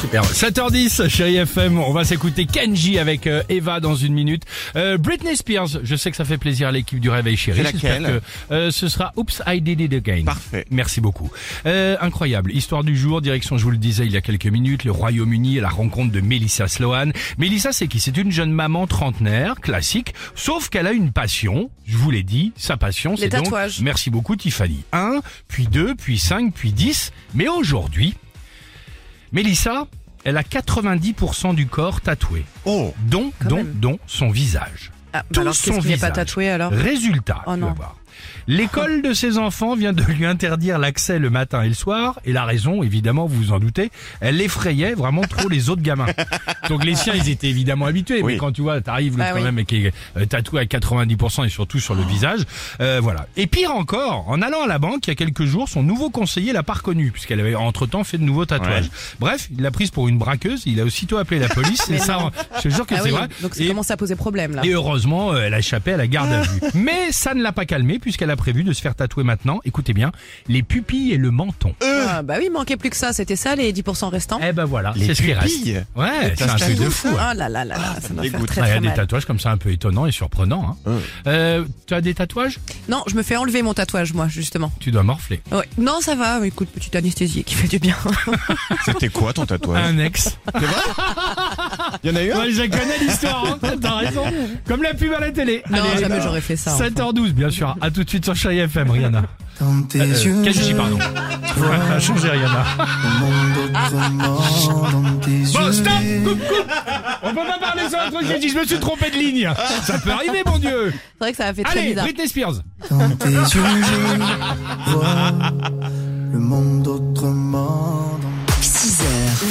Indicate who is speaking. Speaker 1: Super. 7h10, chérie FM, on va s'écouter Kenji avec euh, Eva dans une minute. Euh, Britney Spears, je sais que ça fait plaisir à l'équipe du Réveil Chérie.
Speaker 2: C'est
Speaker 1: J'espère
Speaker 2: laquelle
Speaker 1: que euh, ce sera Oops, I Did It Again.
Speaker 2: Parfait.
Speaker 1: Merci beaucoup. Euh, incroyable. Histoire du jour, direction, je vous le disais il y a quelques minutes, le Royaume-Uni et la rencontre de Melissa Sloan. Melissa, c'est qui C'est une jeune maman trentenaire, classique, sauf qu'elle a une passion. Je vous l'ai dit, sa passion, c'est donc...
Speaker 3: tatouages.
Speaker 1: Merci beaucoup, Tiffany. 1, puis 2, puis 5, puis 10. Mais aujourd'hui... Mélissa, elle a 90% du corps tatoué,
Speaker 2: Oh,
Speaker 1: dont,
Speaker 3: Quand
Speaker 1: dont,
Speaker 3: même.
Speaker 1: dont son visage.
Speaker 3: Ah,
Speaker 1: Tout
Speaker 3: bah alors,
Speaker 1: son
Speaker 3: qu'est-ce qu'il n'est pas
Speaker 1: visage.
Speaker 3: tatoué alors
Speaker 1: Résultat,
Speaker 3: Oh
Speaker 1: tu
Speaker 3: non.
Speaker 1: vas voir. L'école de ses enfants vient de lui interdire l'accès le matin et le soir, et la raison, évidemment, vous vous en doutez, elle effrayait vraiment trop les autres gamins. Donc les siens, ils étaient évidemment habitués, mais
Speaker 2: Oui.
Speaker 1: quand tu vois, t'arrives le
Speaker 3: Ah
Speaker 1: quand
Speaker 3: oui.
Speaker 1: même et qui est euh, tatoué à 90% et surtout sur le visage, euh, voilà. Et pire encore, en allant à la banque il y a quelques jours, son nouveau conseiller l'a pas reconnu, puisqu'elle avait entre-temps fait de nouveaux tatouages.
Speaker 2: Ouais.
Speaker 1: Bref, il l'a prise pour une braqueuse, il a aussitôt appelé la police, et ça, je te jure que
Speaker 3: Ah
Speaker 1: c'est
Speaker 3: oui,
Speaker 1: vrai.
Speaker 3: donc ça
Speaker 1: Et-
Speaker 3: commence à poser problème là.
Speaker 1: et heureusement, euh, elle a échappé à la garde à vue. Mais ça ne l'a pas calmée puisqu'elle a prévu de se faire tatouer maintenant, écoutez bien, les pupilles et le menton.
Speaker 3: Ah, bah oui, manquait plus que ça, c'était ça les 10% restants.
Speaker 1: Eh ben voilà,
Speaker 2: Les
Speaker 1: c'est ce qui reste.
Speaker 2: pupilles
Speaker 1: Ouais,
Speaker 2: Et
Speaker 1: c'est un
Speaker 2: t'as
Speaker 1: truc de
Speaker 2: tout
Speaker 1: fou.
Speaker 2: ça
Speaker 1: hein.
Speaker 3: Ah là là là là, ça m'a fait
Speaker 2: dégoûte.
Speaker 3: très
Speaker 1: Ouais, Il y a
Speaker 3: très
Speaker 1: des
Speaker 3: mal.
Speaker 1: tatouages comme ça un peu étonnants et surprenants. Hein.
Speaker 2: Euh.
Speaker 1: Euh, tu as des tatouages
Speaker 3: Non, je me fais enlever mon tatouage moi justement.
Speaker 1: Tu dois morfler.
Speaker 3: Ouais. Non, ça va, mais écoute, petite anesthésie qui fait du bien.
Speaker 2: c'était quoi ton tatouage
Speaker 1: Un ex.
Speaker 2: Il y en a eu un
Speaker 1: Ouais, je connais l'histoire, hein, t'as raison. Comme la pub à la télé.
Speaker 3: non,
Speaker 1: Allez,
Speaker 3: jamais j'aurais fait ça. hein. enfin.
Speaker 1: 7h12, bien sûr. À tout de suite sur Chérie FM, Rihanna.
Speaker 4: Dans tes
Speaker 1: Euh,
Speaker 4: yeux,
Speaker 1: Kenji, pardon. a changé, Rihanna.
Speaker 4: le monde autrement. Dans tes yeux,
Speaker 1: Ah, Bon, stop, coupe, coupe. On peut pas parler sur un truc. J'ai dit, je me suis trompé de ligne. Ça peut arriver, mon Dieu.
Speaker 3: C'est vrai que ça a fait très
Speaker 1: Allez,
Speaker 3: bizarre.
Speaker 1: Britney Spears.
Speaker 4: dans tes yeux, je vois le monde autrement. Dans
Speaker 5: 6h,